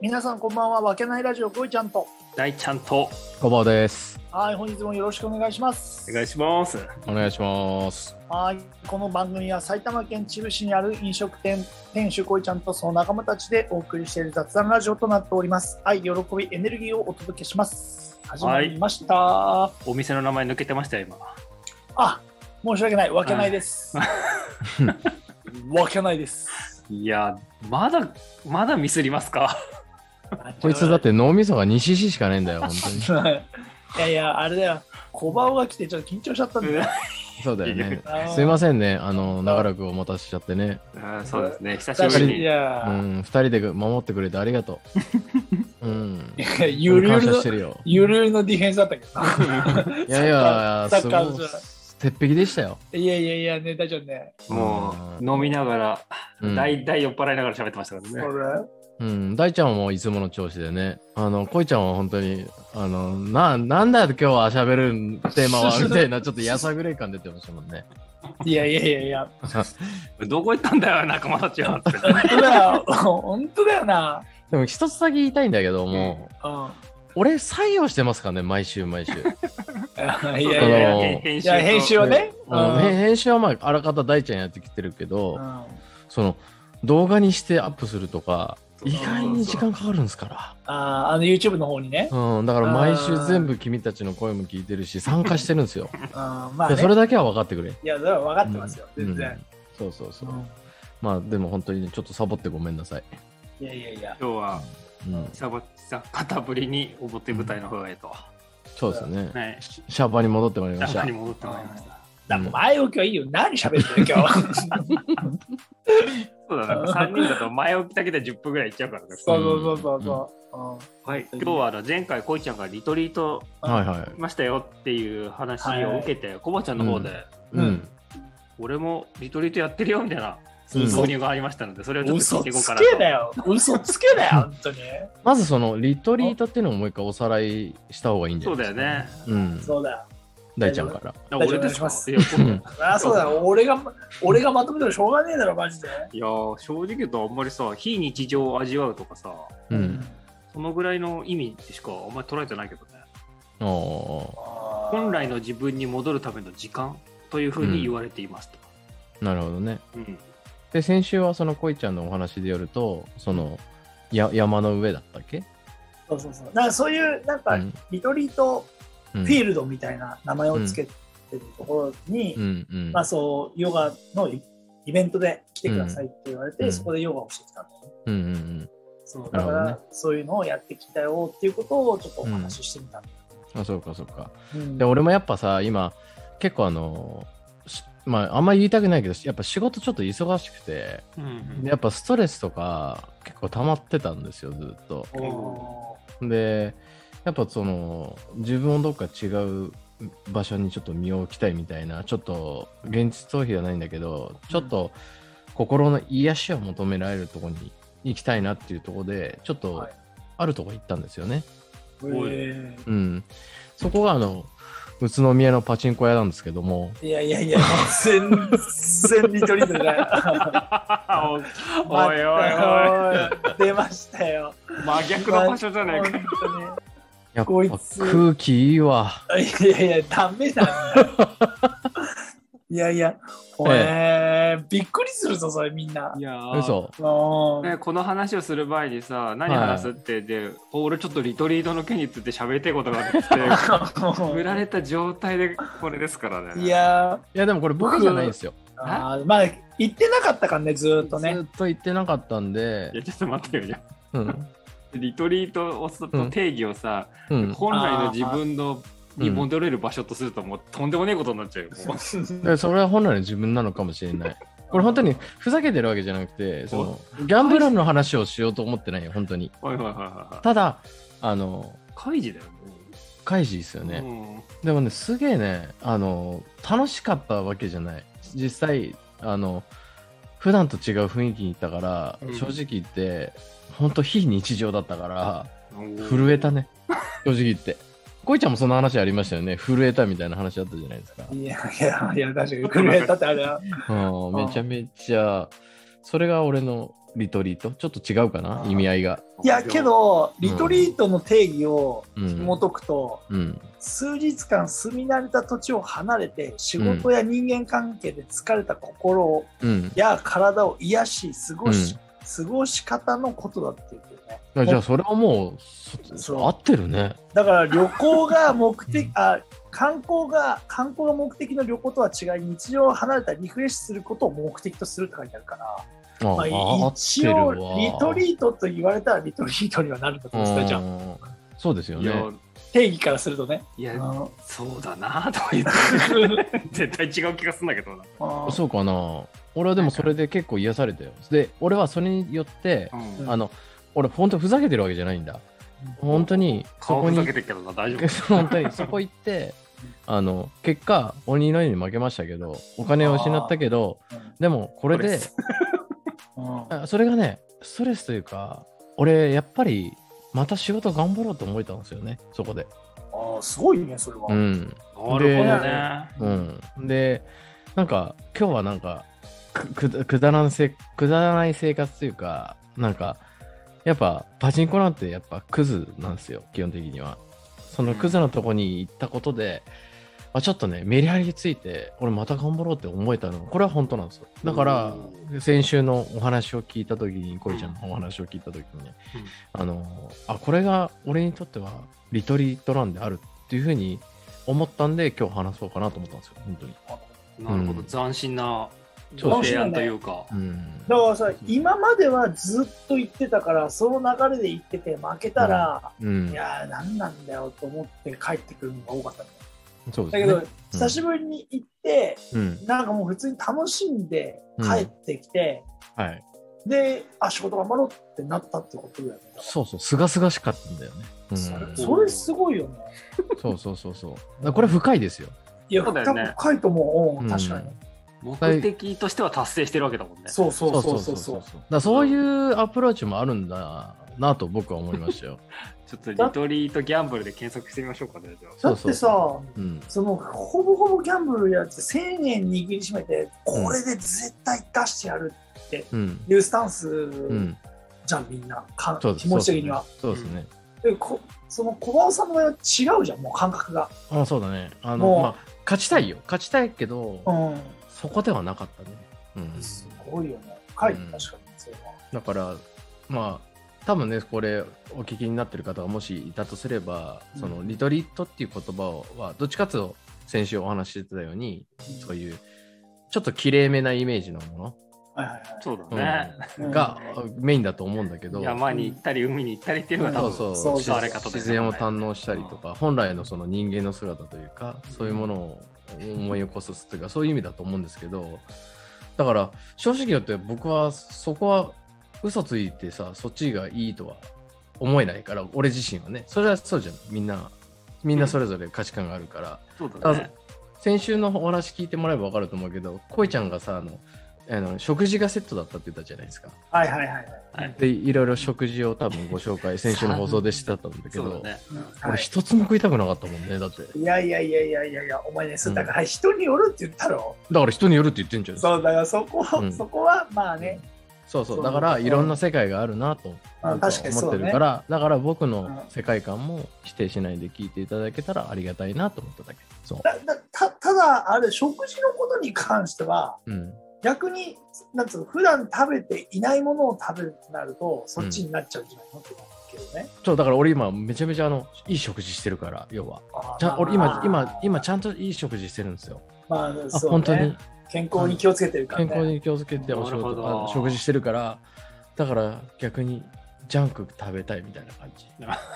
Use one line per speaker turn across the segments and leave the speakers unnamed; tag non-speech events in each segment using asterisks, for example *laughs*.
皆さんこんばんは。わけないラジオ、こいちゃんと。
大ちゃんと
ごぼうです。
はい、本日もよろしくお願いします。
お願いします。
お願いします。
はい、この番組は埼玉県秩父市にある飲食店店主こいちゃんとその仲間たちでお送りしている雑談ラジオとなっております。愛、喜び、エネルギーをお届けします。始まりました。
お店の名前抜けてましたよ、今。
あ、申し訳ない。わけないです。 *laughs* わけないです。
いや、まだ、まだミスります *laughs* か
*laughs* こいつだって脳みそが 2cc しかねえんだよ、本当に。
*laughs* いやいや、あれだよ。小顔が来てちょっと緊張しちゃったんだよ。
そうだよね。す
み
いませんね、あの、長らくお待たせしちゃってね。
うんそうですね、 *laughs* 久
確
し
か
ぶ
に。
り
い
に。
う
や、
ん、二人で守ってくれてありがとう。うん。
*laughs* ゆるゆ
感
る
謝
の
し、てるよ。
ゆるゆるのディフェンスだったけどな。
いやいや、
サ
す
ッカ
ご
ー
い。鉄壁でしたよ。
いやいやいや、ね、大丈夫ね。
もう、飲みながら、
うん、
大大酔っ払いながら喋ってましたか
こ
らね。
れ
うん、大ちゃんもいつもの調子でね。あの、こいちゃんは本当に、あの、な、なんだよ今日は喋るテーマ
*laughs*
は、みたいな、ちょっとやさぐれ感出てましたもんね。
いやいやいやいや、
どこ行ったんだよ、仲間たち *laughs* は。って
本当だよ、本当だよな。
でも一つだけ言いたいんだけども、
う
俺採用してますからね、毎週毎週。
ん。いやいやいや、い
や
編
や編集をね。う
あのへ
ん。
編集はまああらかた大ちゃんやってきてるけど、
あ
その動画にしてアップするとか
そう
意
そうそう
外に時間かかるんですか
あー、あの YouTube の方にね。
ら、うん、だから毎週
あー
全部君たちの声も聞いてるし参加してるんですよ、
うん。まあ
で
ね
そ。れだけは分かってくれ
いや、それは分かってますよ、全
う
然
ん。そうそうそう、
うん
まあでも本当にねちょっとサボってごめんなさい、
いやいやいや。
今日は、
うん、
久々、片ぶりに表舞台の方へと。
そうですよね、
はい。
シシャーパーに戻ってまいりまし
中
た
に戻ってまいりました。
だから前置きはいいよ。何喋ってる今日。
そうだ *laughs* ね、3人だと前置きだけで10分ぐらいいっちゃうからね。
*laughs* そうそうそうそう。うん
はい、今日はあの前回、こいちゃんがリトリート
はいはい
ましたよっていう話を受けて、コバちゃんの方で、
う
うんん、
俺もリトリートやってるよみたいな
うん
購入がありましたので、それをちょっと聞
嘘
いていこう
つ
かな
けだ
と。
よ。嘘つけだよ、本当に。
まずそのリトリートっていうのをもう一回おさらいした方がいいんじゃ
そう
ない
だ
です
よ
か
ね。
うん
そうだよ。
大ちゃんから
あ
大丈夫
俺
お願
ですか
いします
いやこ
うん
あそうだ、俺が、俺がまとめてもしょうがねえだろ、マジで。
いやー正直言うとあんまりさ、非日常を味わうとかさ、
うん
そのぐらいの意味しかあんまり捉えてないけどね。
ああ
本
本
来の自分に戻るための時間というふうに言われていますと。
なるほどね
うん
で先週はそのこいちゃんのお話でよるとそのや山の上だったっけ、
そうそうそう。なんかそういう、なんか
う、ん
リトリート
うん
フィールドみたいな名前をつけてるところに、
うんうん
まあそう、ヨガのイイベントで来てくださいって言われて、
うん
そこでヨガをしてきたの。
うんうんうん
そう、
な
だか
るほどね
ら、そういうのをやってきたよっていうことをちょっとお話ししてみた。
あそうかそうか
うん
で俺もやっぱさ今結構あのしまああんまり言いたくないけどやっぱ仕事ちょっと忙しくて
うん
でやっぱストレスとか結構溜まってたんですよずっと
お
でやっぱその自分をどっか違う場所にちょっと身を置きたいみたいなちょっと現実逃避ではないんだけどちょっと心の癒しを求められるとこに行きたいなっていうとこでちょっ
は
と
い
あるとこ行ったんですよね、
おい
え
うんそこがあの宇都宮のパチンコ屋なんですけども
ーいやいやいや、全然リトリートじゃない。
*laughs* おいおいおい
おい。出ましたよ。
真逆の場所じゃないか。
本
やっぱ
こいつ
空気いいわ
当に。いやいや、ダメなんだよ。いやいや、おえびっくりするぞ、それみんな。
いやー
嘘
もう
ね、この話をする前にさ何話すって、で俺ちょっとリトリートの件について喋りたいことがあって振られた状態でこれですからね
いや
いやでもこれ僕じゃないんですよ
ーあーまあ、言ってなかったからね、ずーっと
ず
ね。
っと行ってなかったんで
いやちょっと待ってよじゃあ
うん
リトリートをさ
うん
定義をさ、
うん
本来の自分の
ー
に戻れる場所とするともうとんでもねえことになっちゃうよ、もう
だからそれは本来の自分なのかもしれない。これ本当にふざけてるわけじゃなくて、そのギャンブラーの話をしようと思ってないよ、本当に。
はいはいはいはいは
ただ、あの、
い開示だよ
開示ですよ
ね
ね。
うん
でもね、すげえね、あの、楽しかったわけじゃない。実際、あの、普段と違う雰囲気に行ったから、
うん
正直言って、本当非日常だったから、
うん
震えたね。正直言って。こいちゃんもそんな話ありましたよね。震えたみたいな話あったじゃないですか。
いやいやいや、確かに、震えたってあれは。
うん、めちゃめちゃ、それが俺のリトリートちょっと違うかな意味合いが。
いやけどリトリートの定義を
うん
紐解くと、
うん。
数日間住み慣れた土地を離れて仕事や人間関係で疲れた心
うん。
や体を癒し過ごし,、過ごし方のことだって言ってるね
あじゃあそれはもうそ
そう
合ってるね。
だから旅行が目
う
的
ん
あ観光が観光が目的の旅行とは違い日常を離れたリフレッシュすることを目的とするって書いてあるから、
あ、
まあ、
合って
一
る
応
わ。
リトリートと言われたらリトリートにはなるんだと思うんですよじゃあ
うんそうですよ
いや
ね。
定義からするとね。
いや
あの
そうだなとか言って *laughs* 絶対違う気がするんだけどな、
あー
そうかな。俺はでもそれで結構癒されたよ。で、俺はそれによって、
うん、
あの、俺本当ふざけてるわけじゃないんだ。本当にそ
顔
こ
ふ
に
ざけてるけどな大丈
*laughs* 本当にそこ行ってあの結果鬼のように負けましたけどお金を失ったけど
うん
でもこれで
ス
うん
あそれがねストレスというか俺やっぱりまた仕事頑張ろうと思えたんですよねそこで
ああ、すごいね、それは。
うん
夫なるほどね
うんでなんか今日はなんかくくくだらんせくだらない生活というかなんかやっぱパチンコなんてやっぱクズなんですよ基本的にはそのクズのとこに行ったことで、あちょっとねメリハリついて俺また頑張ろうって思えたのこれは本当なんですよだから先週のお話を聞いた時にコリちゃんのお話を聞いた時に、あのあこれが俺にとってはリトリートランであるっていうふうに思ったんで今日話そうかなと思ったんですよ本当に
なるほど、
うん
斬新な
そう
提案というか
うん
だからさ、今まではずっと言ってたから、その流れで言ってて、負けたら、
うん
いやー、何なんだよと思って帰ってくるのが多かったんだよ
そう
だ
で
け
すね
ど、久しぶりに行って、
うん
なんかもう普通に楽しんで帰ってきて、
はい
で、あ、仕事頑張ろうってなったってことだよね。
そうそうすがすがしかったんだよね、うん、
それ
そ
それすごいよね。
うそうそうそうだからこれ深いですよ
いや、
そうだよね
多分深いと思う。うん確かに。
うん
目的としては達成してるわけだもんね
そうそうそうそうそう。
だからそういうアプローチもあるんだなと僕は思いましたよ
ちょっとリトリートギャンブルで検索してみましょうかねじゃあ
だ
そ
っ
うそ
て
う
さ、
うん
そのほぼほぼギャンブルやって1000円握りしめてこれで絶対出してやる
うん
っていうスタンス
うん
じゃん、みんなか
そうです
気持ち的には
そうですね
でこその小林さんの場合は違うじゃんもう感覚が、
あそうだねあ
も
の
う
まあ勝ちたいよ勝ちたいけど
うん、
そこではなかったねうん
すごいよね深い、
う
確
ん
かにそれは
だからまあ多分ねこれお聞きになってる方がもしいたとすれば、
うん
そのリトリートっていう言葉をはどっちかっていうと先週お話ししてたようにそういうちょっときれいめなイメージのも
はいはい
そうだ
の、
ね、
うん
がメインだと思うんだけど、
山に行ったり海に行ったりっていうのが多
そう
分
そう
そう
自
使われ
方ですね
自然を堪能したりとか、本来のその人間の姿というかそういうものを思い起こすというかそういう意味だと思うんですけどだから正直言って僕はそこは嘘ついてさそっちがいいとは思えないから俺自身はねそれはそうじゃんみんなみんなそれぞれ価値観があるから、
そうだね
先週のお話聞いてもらえば分かると思うけど恋ちゃんがさあのあの食事がセットだったって言ったじゃないですか。
はいはいはいはい
はい
でいろいろ食事を多分ご
*laughs*
紹介先週の放送でしてたと思うんだけ
そ
ど、
うだね、うん
は
俺
い
一つも食いたくなかったもんねだってだか
いやいやいやいやいやいやお前ねそうだから人によるって言ったろ、
ら人によるって言ってんじゃん
そうだからそこ、
うん
そこはまあね、
そうそう
そう
だからいろんな世界があるなと
あ確かに
思
そ
っ
う
て
だ
る
ね
からだから僕の世界観も否定しないで聞いていただけたらありがたいなと思っただけそう
だだたただあれ食事のことに関しては
うん
逆に、なんつうの、普段食べていないものを食べるってなると、そっちになっちゃうんじゃないのって思うけどね。
そうだから俺今めちゃめちゃあのいい食事してるから要は
あー
ちゃん俺
ま
今
あ
今今ちゃんといい食事してるんですよ
まあ、
あ
そう、ね、
本当に
健康に気をつけてるから、
健
ね。
康に気をつけてお仕
なるほ
事
ど
あ食事してるからだから逆にジャンク食べたいみたいな感じ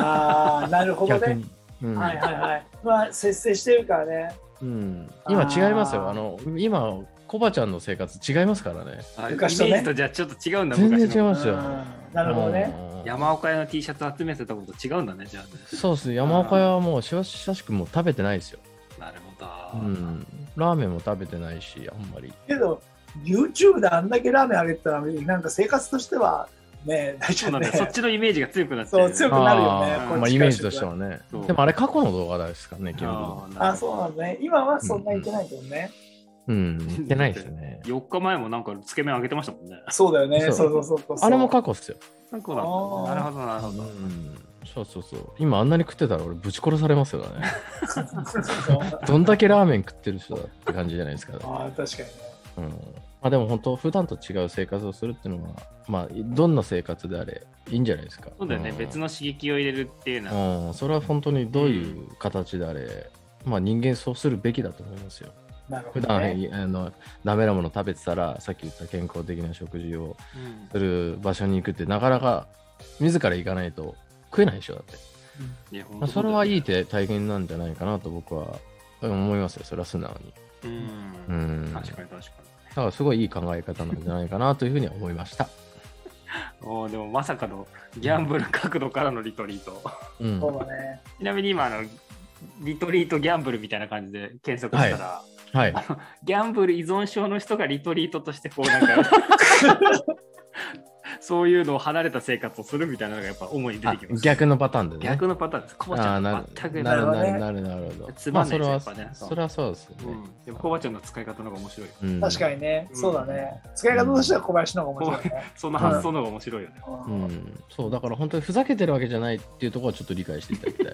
ああ、なるほど
逆
ね。
に、うん
はいはいはい。まあ、節制してるからね。
うん、今違いますよ。
あー
あの今、コバちゃんの生活違いますからね。
あ
昔
イ
とね
メージとじゃあちょっと違うんだ
全然
昔
違い
の
ますよ。
うんなるほどね。
うん。
山岡屋の T シャツ集めてたこと違うんだねじゃあね
そうっす。山岡屋はもうしばしくもう食べてないですよ。
なるほど、
うん。ラーメンも食べてないし、あんまり。
けど、YouTube であんだけラーメンあげてたら、なんか生活としては、ね、大
そ
丈
うな
夫
んだ
ね *laughs*
よ。そっちのイメージが強くなって
そう強くなるよね
あー
こっちから
まあイメージとしてはね
そう。
でもあれ過去の動画ですからね、基本
あーなるほど
あそうなんだね。今はそんなにいけないけどね。
うん、行ってないですね。
4日前もなんかつけ麺あげてましたもんね。
そうだよね。
そ
そううそうそうそう
あれも過去っすよ。
なんかだっ
あ
た
ー
なるほど、なる
う
ほど。
ん、そうそうそう。今あんなに食ってたら俺ぶち殺されますよね。
あ
どんだけラーメン食ってる人だって感じじゃないですか。
*laughs* あー、確かにね。
うんまあ、でも本当、普段と違う生活をするっていうのは、まあ、どんな生活であれ、いいんじゃないですか。
そうだよね、
ん
別の刺激を入れるっていうのは。
うん、それは本当にどういう形であれ、まあ、人間そうするべきだと思いますよ。
なるほ
普
ど、
段、
ね。
あのダメなもの食べてたら、さっき言った健康的な食事をする場所に行くって、なかなか自ら行かないと食えないでしょ、だって。
いや本
ま
当
あ、
そ
そう
だ
れ
よ
はいいて体験なんじゃないかなと僕は思いますよ、それは素直に。
う。
うんん。
確か
だ
に確かに。
からすごいいい考え方なんじゃないかなというふうには思いました。
おーでもまさかのギャンブル角度からのリトリート。 *laughs*
うん、
そ
は
うだね。
ちなみに今あの、リトリートギャンブルみたいな感じで検索したら、
い。
ギャンブル依存症の人がリトリートとしてこう
*laughs*
なんかそういうのを離れた生活をするみたいなのがやっぱ主に出て
あ
きます。
逆のパターンでね。
逆のパターンです。コバちゃん
あ
は
ー
全く
な
な
る
る
ほ
ほ
ど
ど
な
ね
るほどなるほどなるほど。
つまんないですや
まあ
っぱね
それはそれはそうですよ
う
ね。
ん。でもコバちゃんの使い方の方が面白いよ。
うん
確かに。ね。そうだね。使い方としては小林の方が面白いね。
その発想の方が面白いよね。
う
うんん、そうだから本当にふざけてるわけじゃないっていうところはちょっと理解していただき
*laughs*
たい。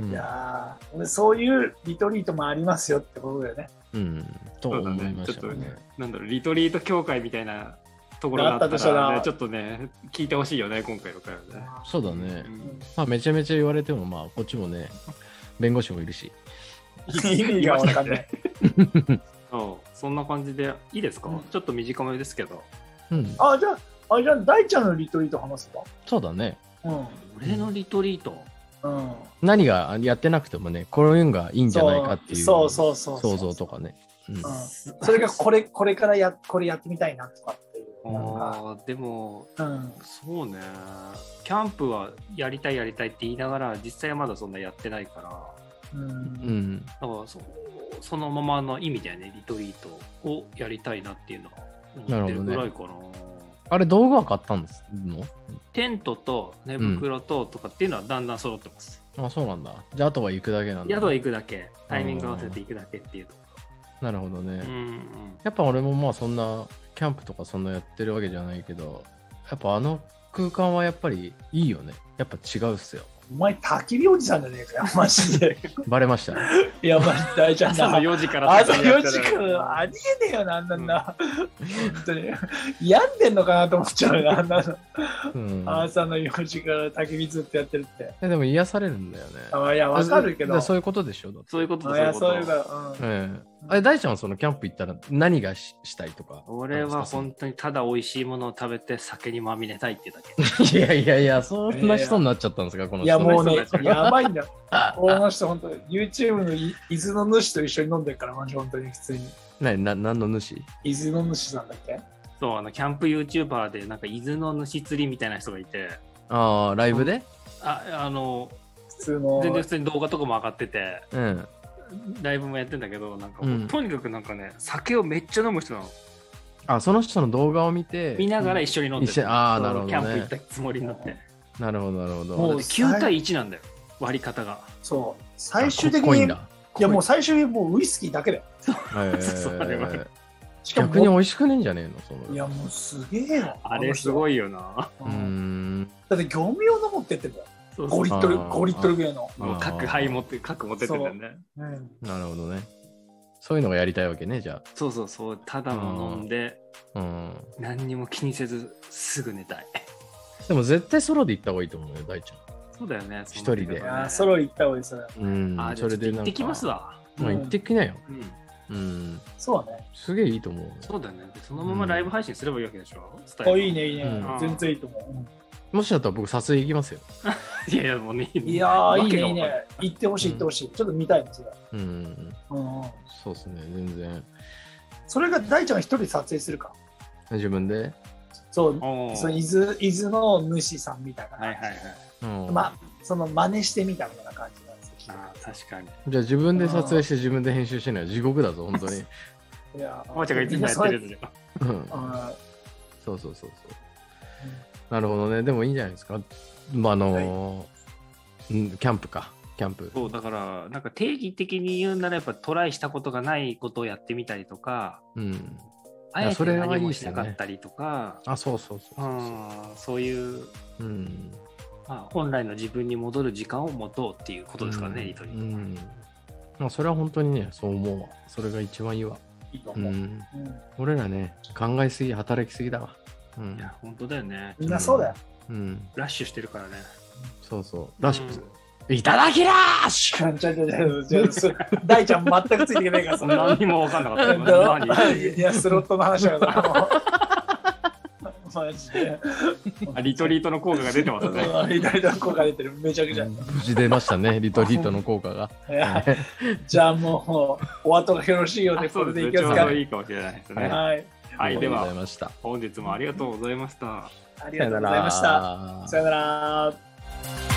うん
いやー俺そういうリトリートもありますよってことだよね。
うん、と
そうだ
思い
ね
ま。
ちょ
し
ったと
ね。
ね、なんだろう、リトリート協会みたいなところがあった
があったと
ら、
したら
ねちょっとね、聞いてほしいよね、今回の回はね。
そうだね
う。ん
まあめちゃめちゃ言われてもまあこっちもね弁護士もいるし。
意味がわかんない。
そうそんな感じで、いいですか、
うん
ちょっと短めですけど。
うん、
あ、じゃあ、あじゃあ、大ちゃんのリトリート話すか。
そうだね。
うん。
俺のリトリート、
うん。
何がやってなくてもねこういうのがいいんじゃないかっていう
そう
想
そうそうそう。
像とかね。うん
うん。それがこれ、これからや、これやってみたいなとかっていう。なんか
あーでも、
うん。
そうね、キャンプはやりたいやりたいって言いながら、実際はまだそんなやってないから、
う。
うんん
だからそそのままの意味だよね、リトリートをやりたいなっていうのは思ってるぐらいかな。
あれ道具は買ったんですの
テントと寝袋ととかっていうのはだんだん揃ってます。
あそうなんだ。じゃああとは行くだけなんだ。
宿は行くだけ、タイミング合わせて行くだけっていうとこ
なるほどね。
ろ。うんうん
やっぱ俺もまあそんなキャンプとかそんなやってるわけじゃないけどやっぱあの空間はやっぱりいいよねやっぱ違うっすよ
お前、焚き火おじさんじゃねえかよ、マジで。
バレま *laughs* した
いや、マジ大ちゃん
朝
だ
の。4時から
あと
とかやっ
4
てた
時
ら
間ありえねえよな、あんなんな。本当に。病んでんのかなと思っちゃうよな、あんなの。
うん
朝の4時から焚き火ずっとやってるって。
えでも癒されるんだよね
あいや、わかるけど。
だ
い
そういうことでしょだって
そういうことだ
や、
そう
そう
い
いうう
こと。
か、うん。
ええあれ大ちゃんはそのキャンプ行ったら何がししたいとか
俺は本
ん
当にただ美味しいものを食べて酒にまみれたいってだけ。
*laughs* いやいやいやそんな人になっちゃったんですかこの人
いや、もう
そ
ね
うそう、
やばいんだよ。俺の人、本当に YouTube のい伊豆の主と一緒に飲んでるから、マジ本当に普通に。
なな何の主
伊豆の主なんだっけ
そう、あの、キャンプ YouTuber で、なんか、伊豆の主釣りみたいな人がいて、
ああライブで
あ、あの、
普通の。
全然普通に動画とかも上がってて、
うん
ライブもやってんだけど、なんか、
うん
とにかくなんかね、酒をめっちゃ飲む人なの。
あその人の動画を見て
見ながら一緒に飲んでる
一緒にあー
そう
なるほどね
キャンプ行ったつもりになって。
なるほどなるほど
もう
だって9対1なんだよ、割り方が。
そう。最終的
あ濃い
に、
ん
い
だ
や、もう最終的にもうウイスキーだけだよ。
へ
*laughs*
え
そうあれは
しかも、
逆に美味しくねえんじゃねえのその
いや、もうすげえよ。
あれす
い。
ごいよな。
うーん
だって、業務用の持ってってんだよ。
そうそう
5リットル、
あー
5リットルぐらいの。
もう各杯持って、各持ってってんだよね。
うん。
なるほどねそういうのがやりたいわけねじゃ
そうそうそう、ただも飲んで、
あうん
何にも気にせず、すぐ寝たい。
でも絶対ソロで行った方がいいと思うよ大ち
そうだよね、
一人で
い
そうな
やー、
ってく
ソロ
るとね
行った方がいいですよね。
ゃんうん
あー、
そ
そ
れ
れ
で
で
なんか
行ってきますわ。
まあ行ってきなよ
うん、
うん
そうだね。
すげえいいと思う
そうだよね。でそのままライブ配信すればいいわけでしょ、スタイ
あ、
ル
いいね、いいね
うん。
全然いいと思
もしだったら僕撮影行きますよ
いやいや、もうね。
う。いやー、い
わ
い
け
ね、
が
いい
わかんない
ね。行ってほしい、行ってほしい。ちょっと見たいな、それ。
うん
うんうん。
そうですね全然
それが大ちゃんが一人で撮影するか。
自分で
そう、
おー
その伊豆伊豆の主さんみたいな
はい
感
はいはい。
うん
じ。まあ、その真似してみたみたいな感じなんですよ。
あー確かに。
じゃあ自分で撮影して自分で編集してるのは地獄だぞ本当に
いやー、
おもちゃんがいつもやってるやつじゃん。
うん
あ
そうそうそうそう。なるほどね。でもいいんじゃないですか。まあ、あのーうんキャンプか。キキャンプ。
そうだからなんか定義的に言うならやっぱトライしたことがないことをやってみたりとか
うん。
あえ
そ
て
れはい
何
い
も
です
し
よ
な
ね
かったりとか
あ、そうそうそうそう
うんそういう、
そう。うん。
まあ、本来の自分に戻る時間を持とうっていうことですからね、
うん
リトリー
う
トは
ん。まあ、それは本当にね、そう思うわ。それが一番いいわ。
いいと
う
思う。
ん。
うん
俺らね、考えすぎ、働きすぎだわ。う
い
ん。
や本当だよね
みんなそうだよ。
うん。
ラッシュしてるからね
そうそう。ラッシュ。
う
いただきラッシュ
ちゃちゃちゃちゃちゃす大ちゃん全くついていけないから、そん
ん
な
何にも分かんなかった
*laughs*
今何
いや、スロットの話だ
*laughs*
から。マジで。
あリトリートの効果が出てます
*laughs*
ね
うん左の効果出てる。めちゃくちゃ。
無事出ましたね、リトリートの効果
*laughs*
が。
いやじゃあもう、お後がよろしいよう
あ
で、
そ
これ
うで
ですい
ね
きます
ちょう
か
ど。いいかもしれないですねは
はい。
い、
あり
で
がとうござい
は
ました。
本日もありがとうございました
ありがとうございました。さよなら。